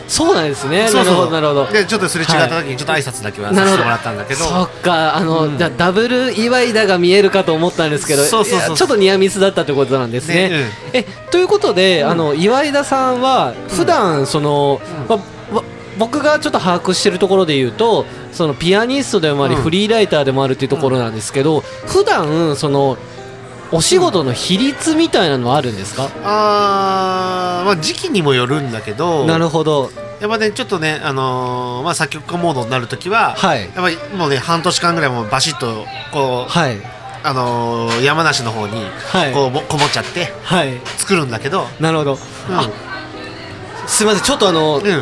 B: そうなんですね。
C: うん、そうそ
B: な
C: う
B: るほど、なるほ
C: でちょっとすれ違った時にちょっと挨拶だけは
B: な
C: さ
B: るほ
C: せ
B: ど
C: てもらったんだけ
B: ど。
C: ど、
B: そっか、あの、じゃあダブル祝いだが見えるかと思ったんですけど、
C: そうそうそう
B: いやちょっとニアミスだったってことなんですね。
C: ね
B: えということで、あの岩井田さんは普段その、まわ僕がちょっと把握してるところで言うとそのピアニストでもあり、
C: うん
B: フリーライターでもあるっていうところなんですけど、普段そのお仕事の比率みたいなのはあるんですか、
C: あーまあ時期にもよるんだけど
B: なるほど
C: やっぱねちょっとね、あのーまあ、作曲家モードになるときは、
B: はい
C: やっぱりもうね半年間ぐらいもうバシッとこう、
B: はい
C: あのー山梨の方に
B: はい
C: こう、もこもっちゃって
B: はい
C: 作るんだけど、
B: なるほど、
C: うん
B: あすいませんちょっとあの、
C: うん、
B: ちょ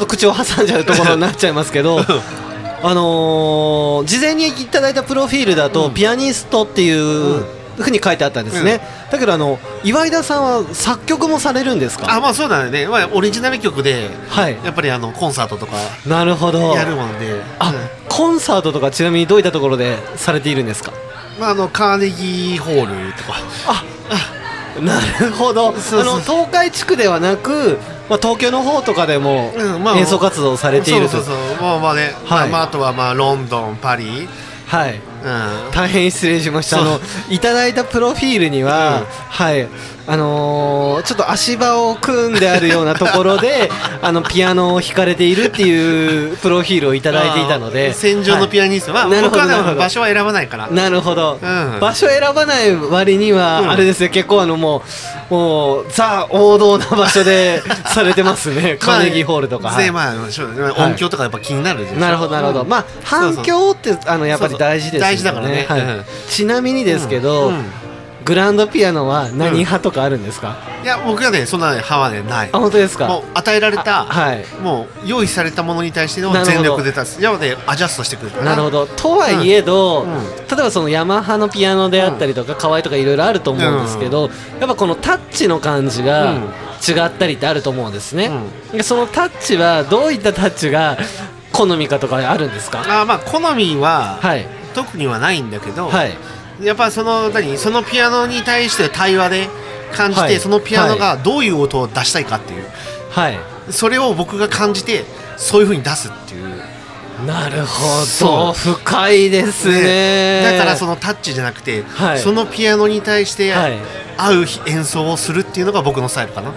B: っと口を挟んじゃうところになっちゃいますけど、あのー事前にいただいたプロフィールだと、ピアニストっていう、ふうに書いてあったんですね、だけどあの岩井田さんは作曲もされるんです
C: あ
B: か
C: まあそうだよね、まあ、オリジナル曲で
B: はい
C: やっぱりあのコンサートとか
B: なるほど
C: やるもんで、
B: あコンサートとかちなみにどういったところでされているんですか
C: まあ、あのカーネギーホールとか
B: なるほど
C: そうそう
B: あの東海地区ではなく、まあ、東京の方とかでも
C: うんまあ
B: 演奏活動をされていると、
C: そうそうそうもうまあね、
B: はい
C: まあまあ、あとはまあロンドンパリ、うん、
B: はい大変失礼しましたあ
C: そう
B: のいただいたプロフィールには、
C: うん
B: はいあのーちょっと足場を組んであるようなところ であのピアノを弾かれているっていうプロフィールをいただいていたの
C: あ
B: で
C: ー戦場のピアニストは、
B: はいなるほ
C: 僕
B: ど
C: はで
B: なるほど
C: も場所は選ばないから
B: なるほど、
C: ん
B: 場所選ばない割には、
C: うん
B: あれですね結構あのもうもうザ王道な場所でされてます ねカーネギーホールとか、
C: まあ
B: はい
C: でまあそうまあ
B: はい
C: 音響とかやっぱ気になるでしょ
B: なるほどなるほど、まあ
C: そう
B: 反響ってあのやっぱり大事ですよね
C: 大事だからね
B: はい
C: うん
B: ちなみにですけど、
C: うんうん
B: グランドピアノは何派とかあるんですか、
C: いや僕はねそんな歯はねない
B: あ本当ですか
C: もう与えられた、
B: はい
C: もう用意されたものに対しての
B: なるほど
C: 全力で出すやっぱねアジャストしてくるから
B: なるほどとはいえど、
C: うんうん
B: 例えばそのヤマハのピアノであったりとか、河合とかいろいろあると思うんですけど、やっぱこのタッチの感じが
C: うん
B: 違ったりってあると思うんですね、でそのタッチはどういったタッチが好みかとかあるんですか
C: あーまあ好みは、
B: はい
C: 特にはないんだけど、
B: はい
C: やっぱその何そのピアノに対して対話で感じて、
B: はい
C: そのピアノがどういう音を出したいかっていう、
B: はい
C: それを僕が感じてそういう風に出すっていう
B: なるほ
C: そ
B: ど
C: う
B: 深いですね
C: だからそのタッチじゃなくて、
B: はい
C: そのピアノに対して
B: はい
C: 合う演奏をするっていうのが僕のスタイルかな、そう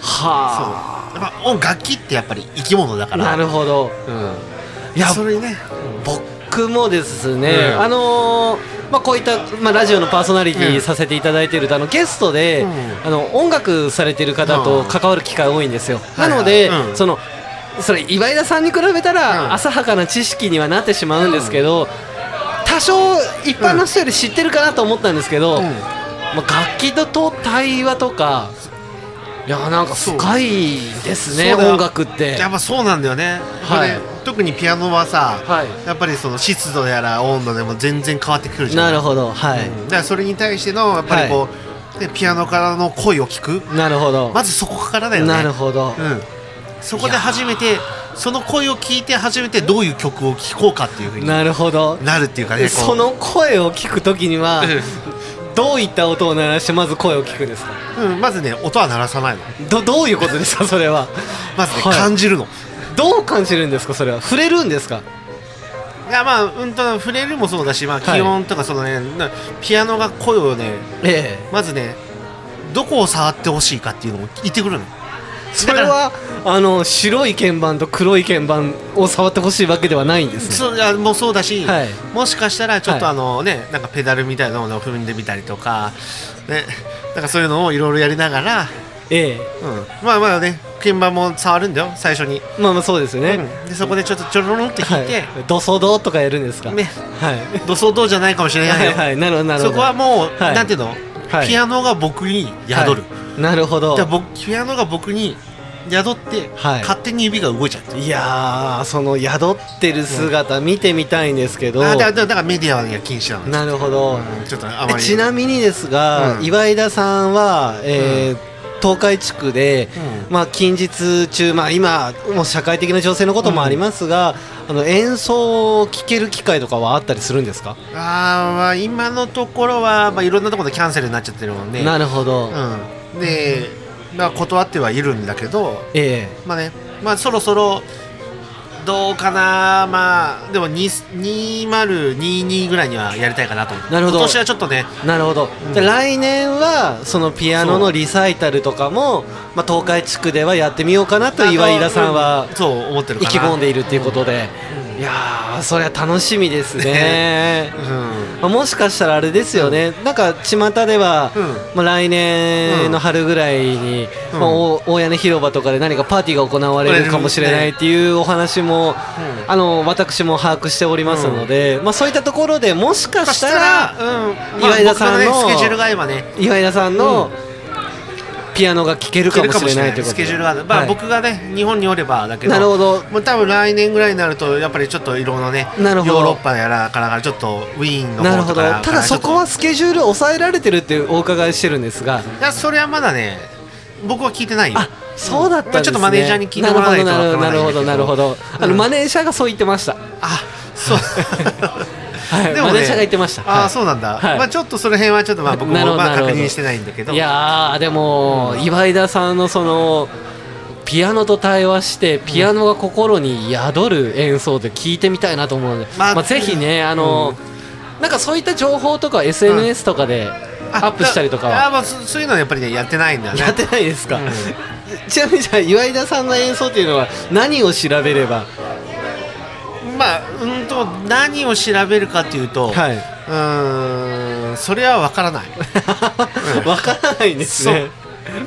B: は
C: やっぱ音楽器ってやっぱり生き物だか
B: あ
C: ら
B: なるほど
C: うん、
B: いや
C: それにね
B: 僕もですね、
C: うん
B: あのーまあ、こういった、まあ、ラジオのパーソナリテ
C: う
B: ィ
C: ん
B: させていただいてると、あのゲストで、
C: うん
B: あの音楽されてる方と
C: うん
B: 関わる機会多いんですよ、
C: はいはい
B: なので、
C: うん
B: そのそれ岩井田さんに比べた
C: う
B: ら
C: ん
B: 浅はかな知識にはなってしまうんですけど、多少一般の人より知ってるかなと思ったんですけど、
C: うん
B: もう楽器とと対話とかいやなんか深いですね
C: そうだよ
B: 音楽って。
C: やっぱそうなんだよね,、
B: はい
C: やっぱね特にピアノはさ、
B: はい
C: やっぱりその湿度やら温度でも全然変わってくるじゃ
B: な
C: ん
B: るほど、はい、
C: だからそれに対してのやっぱりこう、ねピアノからの声を聞く
B: なるほど、
C: まずそこからだよね
B: なるほど、
C: うん、そこで初めてその声を聞いて初めてどういう曲を聴こうかっていうふうに
B: なるほど
C: なるっていうかねこう
B: その声を聞くときにはどういった音を鳴らしてまず声を聞くんですか
C: うん、まずね音は鳴らさないの
B: どどういうことですか それは
C: まずね、
B: はい
C: 感じるの
B: どう感じるんですかそれは触れるんですか
C: いやまあうんと触れるもそうだし、まあ、
B: はい
C: 気温とかそのね、なピアノが声をね
B: え
C: まずねどこを触ってほしいかっていうのを言ってくるの
B: えそれはあの白い鍵盤と黒い鍵盤を触ってほしいわけではないんですね
C: そういやもうそうだし、
B: はい
C: もしかしたらちょっと
B: はい
C: あのね、なんかペダルみたいなものを踏んでみたりとか、ね、なんかそういうのをいろいろやりながら、
B: ええ
C: うん、まあまあね鍵盤も触るんだよ最初に、
B: まあまあそうですよね、
C: うんでそこでちょっとちょろろんって弾いて、
B: はい、ドソドとかやるんですか、
C: ね
B: はい
C: 土葬どうじゃないかもしれない
B: は
C: けど
B: いはいなるほどなるほど
C: そこはもう、
B: はい
C: なんていうの、
B: はい
C: ピアノが僕に宿る、
B: はいなるほど
C: じゃ僕ピアノが僕に宿って、
B: はい
C: 勝手に指が動いちゃって
B: いやーその宿ってる姿見てみたいんですけど、
C: あだからだからメディアには禁止なの
B: なるほど、
C: うんちょっとあまり
B: ちなみにですが、
C: うん
B: 岩井田さんは、えー東海地区で、
C: う
B: まあ、近日中、まあ、今もう社会的な情勢のこともありますが、あの演奏を聴ける機会とかはあったりするんですか、
C: あー、まあ、今のところは、まあ、いろんなところでキャンセルになっちゃってるもんね
B: なるほど、
C: うん、で、まあ、断ってはいるんだけど、
B: え
C: まあねまあ、そろそろどうかな、まあ、でも2 2022ぐらいにはやりたいかなと思って
B: なるほど
C: 今年はちょっとね
B: えなるほど、じゃあ来年はそのピアノのリサイタルとかも、まあ、東海地区ではやってみようかなと岩井田さんは
C: あのうんそう思ってる
B: 意
C: か
B: 気
C: な
B: 込んでいるっていうことで、いやーそりゃ楽しみですね、
C: うん
B: まあもしかしたらあれですよね、なんか巷では、
C: うん
B: まあ、来年の春ぐらいに、
C: うん
B: まあ、お大屋根広場とかで何かパーティーが行われるかもしれないっていうお話も、あの私も把握しておりますので、まあ、そういったところでもしか
C: そし
B: した
C: た
B: ら
C: ら、うんまあ
B: 岩井田さんの
C: 僕ねスケジュールが合えばね
B: 岩井田さんのピアノが聴けるかもしれないということ
C: スケ
B: で
C: ジュールがある、まあ
B: はい
C: 僕がね日本におればだけど
B: なるほど
C: もう多分来年ぐらいになるとやっぱりちょっといろんなね
B: なるほど
C: ヨーロッパやらからちょっとウィーンの
B: なる
C: 方
B: ほ
C: と
B: ど
C: か
B: ただそこはスケジュール抑えられてるってお伺いしてるんですが
C: いやそれはまだね僕は聞いてないよ
B: あそうだったんです、ね
C: まあちょっとマネージャーに聞いてもらわないと
B: なるほどなるほど
C: わからないん
B: なるほどなるほどあ
C: だけど
B: の、マネージャーがそう言ってました
C: あそう
B: はいマネージャーが言ってました
C: あ
B: は
C: あ
B: い
C: そうなんだ、
B: はい
C: まあちょっとその辺はちょっとまあ僕も
B: なるほど
C: まあ
B: なるほ
C: 確
B: ど
C: 認してないんだけど
B: いやーでも、岩井田さんのそのピアノと対話してピアノが心に宿る演奏で聞いてみたいなと思うので、ま
C: まあ
B: あぜひねあの、なんかそういった情報とか SNS とかでアップしたりとか
C: ああ
B: は
C: まあそそういうのはやっぱりねやってないんだよね
B: やってないですか、 ちなみにじゃあ岩井田さんの演奏っていうのは何を調べれば
C: まあうんと何を調べるかというと、
B: はいう
C: ーんそれは分からない
B: わからないんですね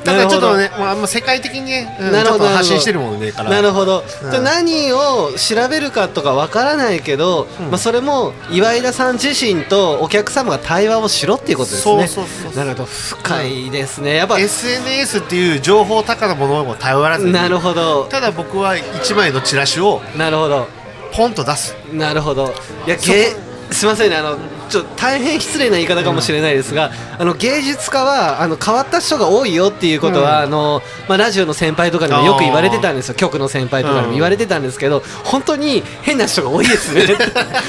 C: ただちょっと
B: なる
C: ね、まあ、まあ世界的にね、うん
B: な
C: ち
B: るほ
C: ょっ
B: ど
C: と発信してるもんね
B: ほ
C: から
B: どなるほど、
C: うん
B: で何を調べるかとかわからないけど、まあ、それも岩井田さん自身とお客様が対話をしろっていうことですね
C: そうそうそうそう
B: なるほど深いですねやっぱ
C: SNS っていう情報高なものを頼らずに
B: なるほど
C: ただ僕は1枚のチラシを
B: なるほど
C: ポンと出す
B: なるほどいや
C: そこ
B: 芸すいませんねあのちょっと大変失礼な言い方かもしれないですが、あの芸術家はあの変わった人が多いよっていうことは、あのまあ、ラジオの先輩とかにもよく言われてたんですよ局の先輩とかにも言われてたんですけど、本当に変な人が多いです ね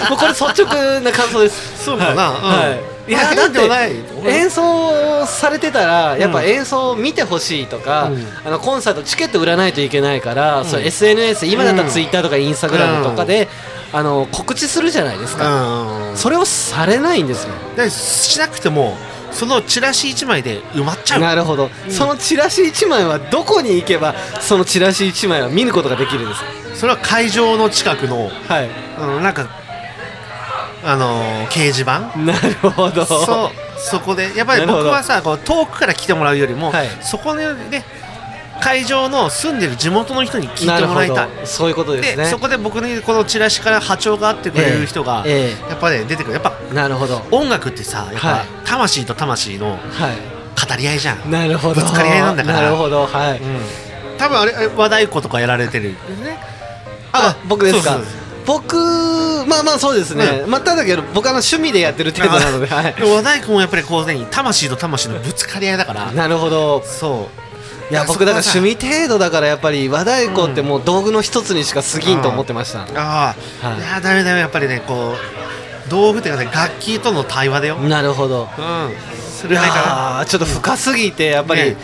B: もうこれ率直な感想です
C: そうかな
B: はい
C: うん
B: いや
C: まあ
B: だっ
C: 変ではない
B: て演奏されてたらやっぱ演奏を見てほしいとか、あのコンサートチケット売らないといけないから、そう SNS 今だったらツイッターとかインスタグラムとかで、あの告知するじゃないです
C: う
B: か、
C: ん
B: それをされないんですよ
C: でしなくてもそのチラシ1枚で埋まっちゃう
B: なるほど、そのチラシ1枚はどこに行けばそのチラシ1枚は見ることができるんですか
C: それは会場の近くの、
B: はい
C: うん、なんかあのー掲示板
B: なるほど
C: そうそこでやっぱり
B: なるほ
C: 僕
B: ど
C: はさこう遠くから来てもらうよりも、
B: はい
C: そこでね会場の住んでる地元の人に聞い
B: な
C: て
B: る
C: も
B: ほ
C: らいたい
B: どそういうことです
C: で、
B: ね
C: そこで僕にこのチラシから波長が合ってくれる人が、
B: えええ
C: やっぱね出てくるやっぱ
B: えなるほどは
C: 音楽ってさやっ
B: は
C: ぱ
B: い
C: 魂と魂の語
B: い
C: り合いじゃん、
B: なるほど
C: ぶつかり合いなんだから
B: なるほどはい、
C: うん、多分あれあれ和太鼓とかやられてる
B: あ僕ですか
C: そうそうそう
B: 僕まあまあそうですね、まあただけど僕あの趣味でやってる程 度なので、は
C: で和太鼓もやっぱりこうね魂と魂のぶつかり合いだから
B: い、なるほど
C: そう
B: いや僕だから趣
C: 味
B: 味程度だからやっぱり和太鼓ってもう道具の一つにしか過ぎんと思ってました、
C: ああ、
B: はい
C: い、やダメダメやっぱりねこう道具っていうかね楽器との対話だよ、うん、
B: なるほど
C: そ
B: い
C: れ
B: や
C: ないか
B: ーちょっと深すぎてやっぱり
C: ね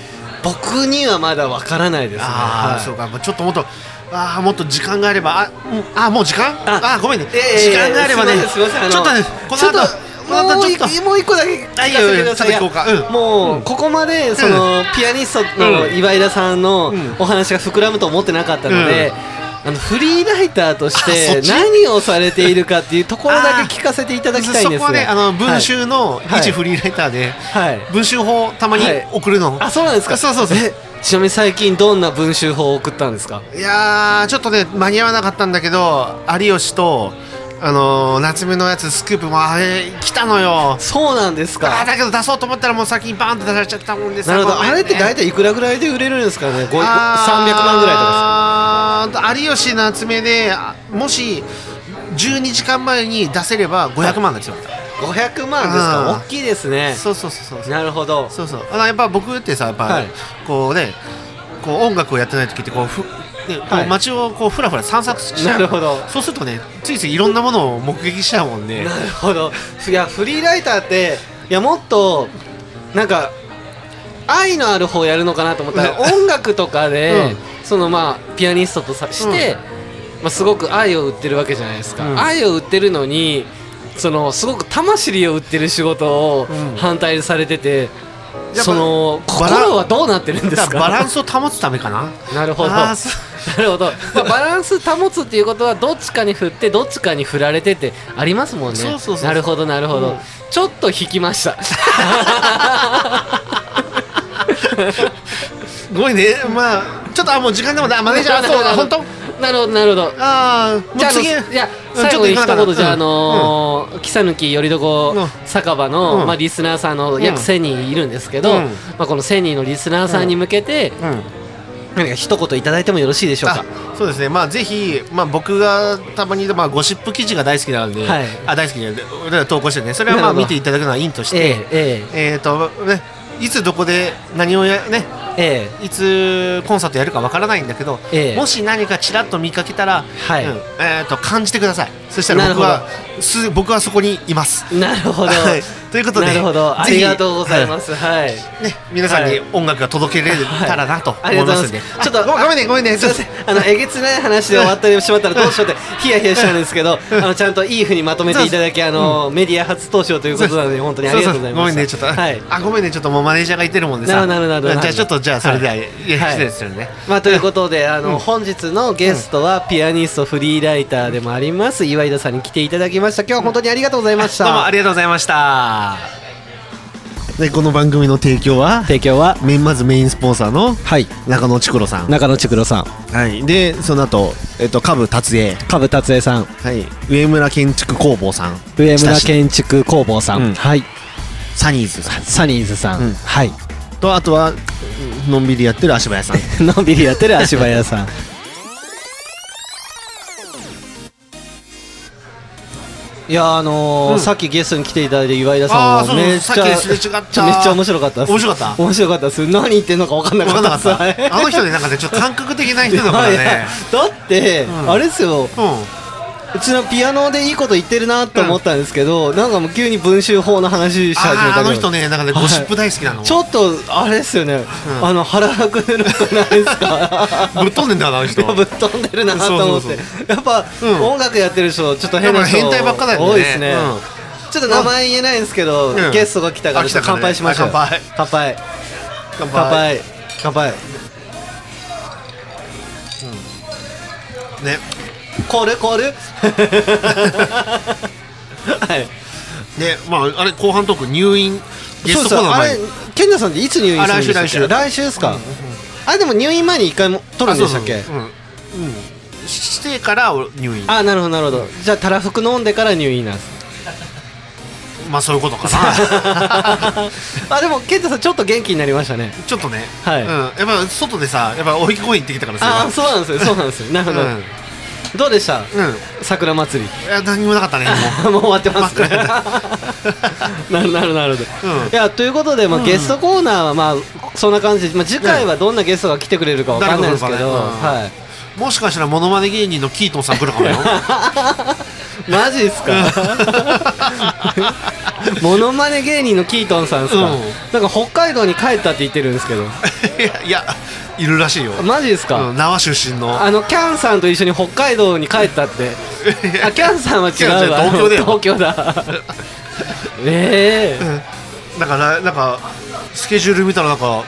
B: 僕にはまだわからないですね
C: なああ、
B: はい
C: そうかもうちょっともっとああもっと時間があればあうんあもう時間
B: あ
C: ああごめん
B: い
C: ね、
B: やいやいや
C: 時間があればね
B: すいませんすいませんあの
C: ちょっとねこ
B: ちょっ
C: の後
B: と
C: この後
B: もう
C: ちょっと
B: 一もう一個だけ聞かせてください
C: あいいよいいよちょっと行こうか
B: いや
C: うん
B: もうここまでそのピアニストの岩井田さんのお話が膨らむと思ってなかったのであのフリーライターとし
C: あそ
B: て
C: っち
B: 何をされているかっていうところだけ聞かせていただきたいんです
C: そこはねあの文
B: は
C: 集の
B: はい
C: 一フリーライターで、
B: はい
C: 文集法たまに
B: はい
C: 送るの、
B: いあそうなんですか
C: そうそうそう
B: えちなみに最近どんな文集法を送ったんですか
C: いやーちょっとね間に合わなかったんだけど有吉とあのー夏目のやつスクープもあれ来たのよ
B: そうなんです
C: あー
B: か
C: だけど出そうと思ったらもう先にバーンと出されちゃったもんです
B: なるほどあれって大
C: 体
B: 体いくらぐらいで売れるんですかねご300万ぐらいとかですか
C: か有吉夏目であもし12時間前に出せれば500万なんですよ、
B: 500万です
C: あ
B: か
C: ー
B: 大きいですね
C: そうそうそうそう
B: なるほど
C: そうそうあのやっぱ僕ってさやっぱ、
B: はい
C: こうねこう音楽をやってない時ってこうふ、ねこ
B: は
C: う
B: い
C: 街をこうふらふら散策しちゃう
B: なるほど
C: そうするとねついついいろんなものを目撃しちゃうもんね
B: なるほどいやフリーライターっていやもっとなんか愛のある方やるのかなと思ったら音楽とかで、そのまあピアニストとさして、まあ、すごく愛を売ってるわけじゃないですか、
C: うん
B: 愛を売ってるのにそのすごく魂を売ってる仕事を反対されてて、
C: ぱ
B: その
C: バラ
B: 心はどうなってるんです
C: だか
B: から
C: バランスを保つためかな
B: なるほど
G: あ
B: な
G: ーそ
B: るほど、まあ、バランス保つっていうことはどっちかに振ってどっちかに振られてってありますもんね
G: そうそうそう
B: なるほどなるほど、ちょっと引きました
C: すごいねまあちょっとあもう時間でもだマネージャーそうだ本当
B: なるほどなるほど
C: ああもう
B: じゃああの
C: 次
B: いや
C: うん
B: 最後に
C: ちょっと行かな
B: 一
C: かった
B: 言じゃああのー木讃木よりどこ
C: うん
B: 酒場の
C: うん
B: まあリスナーさんの
C: う
B: 約
C: ん
B: 1000人いるんですけど
C: うん
B: まあこの1000人のリスナーさんに向けて
C: うん
B: 何か一言いただいてもよろしいでしょうか
C: あそうですねまあぜひ、まあ、僕がたまに、まあ、ゴシップ記事が大好きなので、
B: はい
C: あ大好きなので俺ら投稿してねそれは
B: な
C: ま
B: る
C: あ
B: ほど
C: 見ていただくのはいいとし
B: え
C: て
B: ええ
C: えっ、とねいつどこで何をやね
B: ええ
C: いつコンサートやるかわからないんだけど、
B: ええ
C: もし何かちらっと見かけたら、
B: はい
C: うんえー、と感じてくださいそしたら僕
B: な
C: はす僕はそこにいます
B: えなるほど
C: はいということで
B: なるほどあ
C: ぜひ
B: りがとうございますはい
C: ね、皆さんに音楽が届けられたらなと
B: あ
C: 思
B: りが
C: い
B: とう
C: ま
B: ご
C: すん
B: ざ
C: で、
B: いますちょっと
C: あごめんねごめんね
B: すいませんあのえげつない話で終わってしまったらどうしようってヒヤヒヤしたんですけどあのちゃんといいふうにまとめていただきあのメディア初登場ということなので本当にありがとうございま
C: ご
B: す
C: めんねちょっと、
B: はい
C: あごめんねちょっともうマネージャーがいてるもんでさ
B: なるほどなるほどなるほど
C: じゃあちょっとじゃあそれでは、、
B: はいい
C: や失礼するね、
B: まあということで、あの、本日のゲストはピアニストフリーライターでもあります岩井田さんに来ていただきました。今日は本当にありがとうございました。
C: どうもありがとうございました
H: でこの番組の提供は
B: 提供は
H: メインまずメインスポンサーの
I: はい、
H: 中野ちくろさん、
I: 中野千黒さん、
H: はい、でその後、えっと下部達也、
I: 株達也さん、
H: はい、上村建築工房さん
I: 上村
H: 親しい
I: 建築工房さん、
H: うん
I: はい、
H: サニーズさ
I: サニーズさん、
H: うん
I: はい、
H: んとあとはのんびりやってる足早 さん
I: のんびりやってる足早さん。
B: いやあのーさっきゲストに来ていただいて岩井田
C: あ
B: さん
C: ーそ
B: も
C: うそう
B: めっちゃ
C: さっきすれ違った
B: めっちゃ面白かったです
C: 面白かった
B: 面白かったです何言ってんのか分かんな
C: 分か
B: か
C: ん
B: っ
C: な
B: た
C: か
B: で
C: っ
B: す
C: たあの人ねなんかねちょっと感覚的な人だから
B: はいいや
C: ね
B: だって、
C: ん
B: あれですよ
C: うん
B: うちのピアノでいいこと言ってるなと思ったんですけど、なんかもう急に文集法の話し始めた
C: あ
B: り
C: ーあの人ねなんかね
B: はい
C: ゴシップ大好きなの、
B: ちょっとあれですよね、
C: うん
B: あの腹がくるくないですか
C: ぶっ飛んでんだよあの人
B: いやぶっ飛んでるなと思って
C: そうそう
B: やっぱ、
C: うん
B: 音楽やってる人ちょっと変な人
C: やっぱ変態ばっかだよね
B: 多いですね、
C: うん
B: ちょっと名前言えないんですけど、
C: うん
B: ゲストが来たから
C: あ
B: ちょっと乾杯しましょう
C: 来たからね
B: 乾杯
C: 乾杯
B: 乾杯乾杯
C: ね
B: コール コールはい
C: ねまああれ後半トーク入院ゲストコーナー
B: あ
C: 前
B: れ
C: に
B: 健太さんっていつ入院するんでしたっけ
C: あ来週来週
B: 来週ですか、あでも入院前に一回も取るんでしたっけ
C: あそうそううん、うん、してから入院
B: あなるほどなるほどじゃあたらふく飲んでから入院なんです
C: まあそういうことかな
B: あでも健太さんちょっと元気になりましたね
C: ちょっとね、
B: はい
C: うん、やっぱ外でさやっぱ大木公園行ってきたから
B: ああ
C: さ
B: そうなんですよそうなんですよなるほど、
C: うん
B: どうでした
C: うん
B: 桜祭り
C: いや何にもなかったねもう
B: もう終わって ますね
C: 真
B: な
C: っ
B: るなるなるほど、
C: うん
B: いやということで、まあゲストコーナーはまあそんな感じで、まあ、次回はどんなゲストが来てくれるかわかんないですけど、
C: 誰が来るかねうん
B: はい
C: も しかしたらモノマネ芸人のキートンさん来る かもよ
B: マジですか モノマネ芸人のキートンさんですか、
C: うん
B: なんか北海道に帰ったって言ってるんですけど
C: いやいやいるらしいよ、
B: マジですか、
C: うん、縄出身の
B: あのキャンさんと一緒に北海道に帰ったってあキャンさんは違うわ
C: 違う違う東京だよ
B: 東京だ ええ
C: だからなんかスケジュール見たらなんか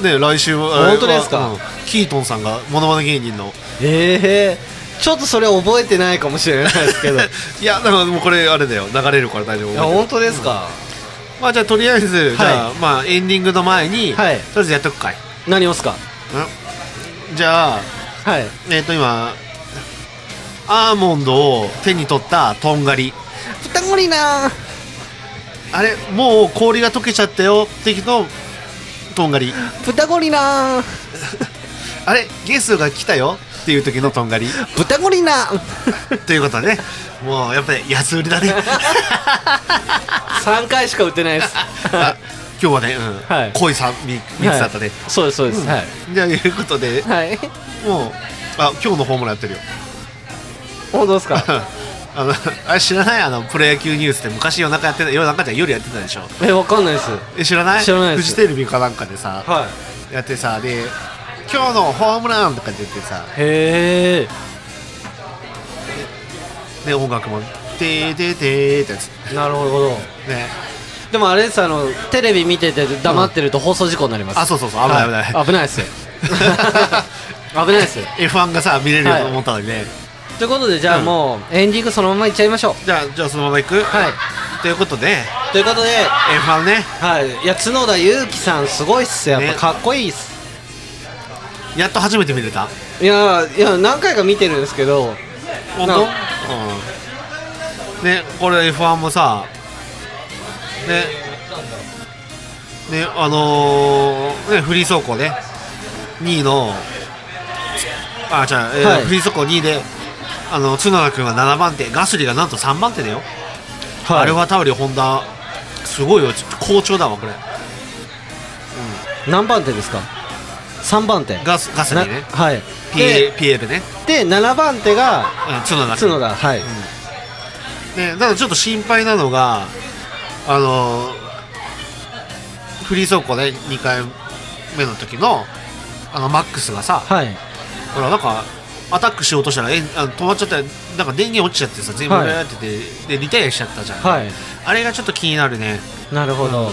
C: ね来週は
B: 本当ですか
C: うんキートンさんがモノマネ芸人の
B: ええちょっとそれ覚えてないかもしれないですけど い
C: いやだからもうこれあれだよ流れるから大丈
B: や
C: 夫
B: 本当ですか、
C: まあじゃあとりあえず、じゃあまあエンディングの前に、
B: はい
C: とりあえずやっとくかい
B: 何をっすか
C: じゃあ
B: はい
C: えっ、と今アーモンドを手に取ったとんがり
B: 豚ゴリラ
C: あれもう氷が溶けちゃったよ的のとんがり
B: 豚ゴリラ
C: あれゲストが来たよっていう時のとんがり
B: 豚ゴリラ
C: ということでねもうやっぱり安売りだね
B: 三回しか打てない です
C: あ今日はね、うん
B: はい
C: 濃い酸味3つだったね、
B: そうですそうです、はい
C: じゃあいうことで
B: はい
C: もうあ今日のホームランやってるよ
B: 本当ですか
C: あのあれ知らないあのプロ野球ニュースで昔夜中やってた夜中じゃん夜やってたでしょ
B: えわかんないです
C: え知らない
B: 知らないで
C: フ
B: す
C: ジテレビかなんかでさ、
B: は
C: やってさで今日のホームランとか出てさ
B: いへえ
C: で音楽も「てーてーてー」ってやつ
B: なるほど
C: ね
B: ででもあれですあのテレビ見てて黙ってると放送事故になります、
C: あそうそうそう危ない危ない、
B: は危ないです よ危ないですよ
C: F1 がさ見れると思ったのにね、
B: ということでじゃあもう、エンディングそのままいっちゃいましょう
C: じゃあじゃあそのまま行く
B: はい
C: ということで
B: ということで
C: F1 ね
B: はいいや角田裕樹さんすごいっすよやっぱかっこいいっす、
C: やっと初めて見れた
B: いやいや何回か見てるんですけど
C: 本
B: な
C: 当うんねこれ F1 もさねねあのーねフリー走行ね2位のあじゃあ、えー
B: はい
C: フリー走行2位であの角田君が7番手ガスリがなんと3番手だよ、アルファタオリホンダすごいよ好調だわこれ
B: 何番手ですか3番手
C: ガスガスリ
B: な
C: ね
B: はい
C: ピエ
B: で
C: ピエールね、
B: で7番手が
C: うん、角田君
B: 角田はい、
C: ね、ただちょっと心配なのが、あのフリー走行ね、2回目の時のあのマックスがさ、
B: はい
C: ほら、なんか、アタックしようとしたら、えあの止まっちゃって、なんか電源落ちちゃってさ、全部
B: はい
C: やってて、で、リタイアしちゃったじゃん、
B: はい
C: あれがちょっと気になるね、
B: なるほど、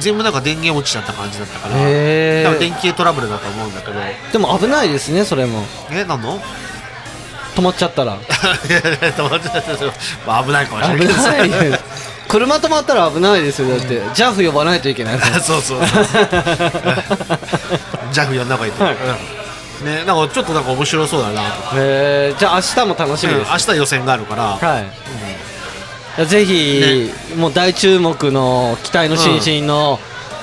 C: 全部なんか電源落ちちゃった感じだったから、
B: へー
C: 多分電気トラブルだと思うんだけど、
B: でも危ないですねそれも
C: え、なんの い
B: 止まっちゃったら
C: やいや止まっちゃった、まあ、危ないかもしれな
B: 危
C: いけどさ
B: ないよ車止まったら危ないですよだって JAF 呼ばないといけないですよ
C: そうそうそう そうジャフやんながいいと、うんねなんかちょっとなんか面白そうだなと、
B: えーじゃあ明日も楽しみ
C: うん
B: です、
C: 明日予選があるから、
B: はい、ぜひ、もう大注目の期待の新進の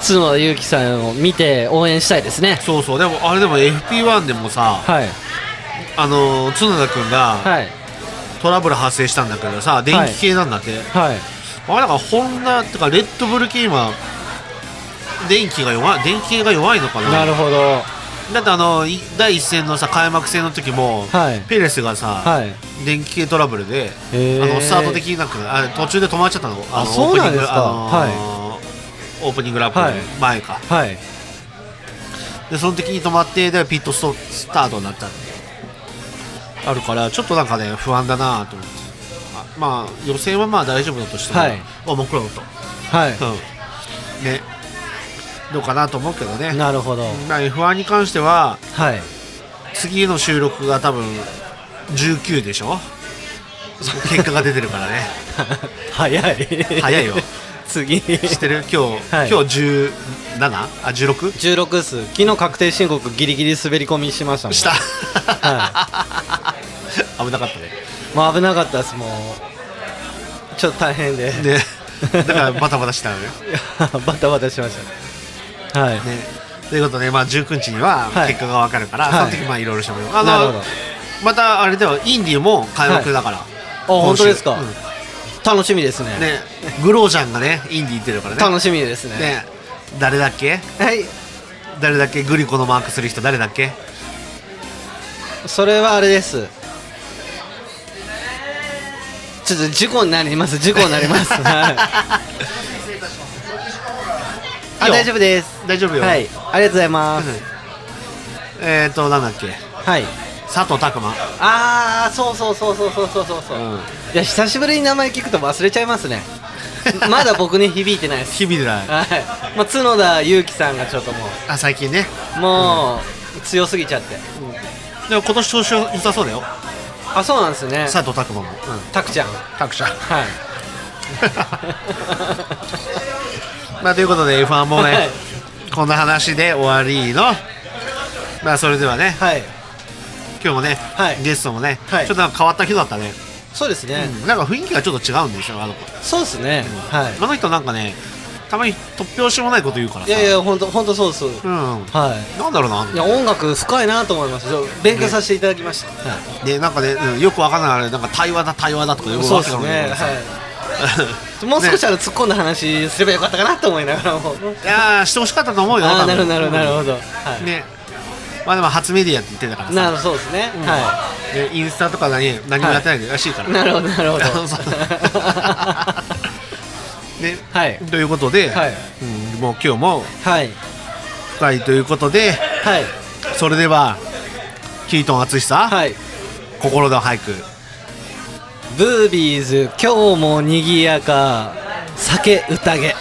B: 角田裕樹さんを見て応援したいですね、
C: そうそうでもあれでも FP1 でもさ
B: はい
C: あのー角田君が
B: はい
C: トラブル発生したんだけどさ電気系なんだって、
B: はい
C: あれだからホンダとかレッドブル系今電気が弱い電気系が弱いのかな
B: なるほど
C: だってあのい第一戦のさ開幕戦の時も、
B: はい
C: ペレスがさ、
B: はい
C: 電気系トラブルで、
B: へー
C: あのスタートできなくあ途中で止まっちゃったのあの
B: あそうなんですか
C: オープニングあのーオープニングラップの前か、
B: はい
C: でその時に止まってでピットストスタートになったんであるからちょっとなんかね不安だなと思ってあまあ予選はまあ大丈夫だとしても、
B: はい
C: おもくろと、
B: はい、
C: うん、ねどうかなと思うけどね
B: なるほど
C: まあ F1 に関しては
B: はい
C: 次の収録が多分19で しょ結果が出てるからね
B: 早い
C: 早い よ
B: 次
C: 知ってる今日、
B: はい
C: 今日 17? あ 16?
B: 16っす昨日確定申告ギリギリ滑り込みしましたもん
C: した、 危なかっ
B: もう危なかったですもうちょっと大変で
C: たねねだからバタバタしたのよ、ね、
B: バタバタしましたはい、
C: ということで、まあ、19日には
B: はい
C: 結果が分かるから、
B: はい
C: その時まあいろいろしてもらう
B: なるほ
C: あ
B: ど
C: のまたあれではインディも開幕だから、
B: あ本当ですか、
C: 今週
B: 楽しみですね
C: うんねグロージャンがねインディ行ってるからね
B: 楽しみですね
C: ね誰だっけ
B: はい
C: 誰だっけグリコのマークする人誰だっけ
B: それはあれですちょっと事故になります事故になります はいあ大丈夫です
C: 大丈夫よ、
B: はいありがとうございます、
C: えっ、ー、となんだっけ
B: はい
C: 佐藤拓磨、
B: ああそうそうそうそうそうそうそうそう、
C: うん
B: いや久しぶりに名前聞くと忘れちゃいますねまだ僕に響いてないです
C: 日々寺
B: はい、まあ、角田裕樹さんがちょっとも
C: あ最近ね
B: うもう強すぎちゃって
C: でも今年調子良さそうだよ
B: あそうなんですね
C: 佐藤拓磨も、うん、
B: たくちゃん
C: 拓者
B: はい
C: まあということで F1 もね、
B: はい
C: こんな話で終わりのまあそれではね
B: はい
C: 今日もね、
B: はい
C: ゲストもね、
B: はい
C: ちょっとなんか変わった人だったね、
B: そうですね、
C: うんなんか雰囲気がちょっと違うんですよあの子
B: そうですね、はい
C: あの人なんかねたまに突拍子もないこと言うから
B: い
C: さ
B: やいや本当本当そうです
C: うん
B: はい
C: なんだろうない
B: や音楽深いなと思いますちょっと勉強させていただきました、はい
C: でなんかね、うんよくわかんないあれなんか対話だ対話だとかよく
B: そう
C: わ
B: で
C: か
B: す
C: んない
B: ね
C: けどさ
B: はいもう少しあの突っ込んだ話すればよかったかなと思いなが らも
C: いやーしてほしかったと思うよ
B: あ
C: 多
B: あ
C: 分
B: なるほどなるほどなるほど、はい
C: ねまあでも初メディアって言ってたから
B: なる
C: さ、
B: ほどそうですね、は
C: ね、インスタとか何何もやってないらしいから、
B: いなるほどな るほど
C: そうね
B: はい
C: ということで、
B: はい
C: うんもう今日も
B: はい
C: 深いということで
B: はい
C: それではキートン淳さん、
B: はい
C: 心の俳句
B: ブービーズ今日も賑やか酒宴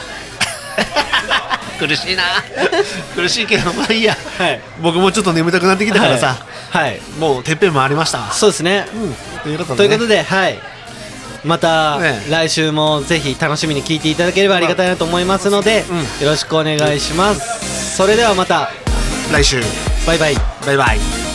C: 苦しいな苦しいけどまあいいや、
B: はい
C: 僕もちょっと眠たくなってきたからさ、
B: はい、はい
C: もうてっぺん回りました
B: そうですね、
C: ということ
B: とい
C: で、
B: うことではいまた
C: ね
B: 来週もぜひ楽しみに聞いていただければありがたいなと思いますので、
C: うん
B: よろしくお願いしますそれではまた
C: 来週
B: バイバイ
C: バイバイ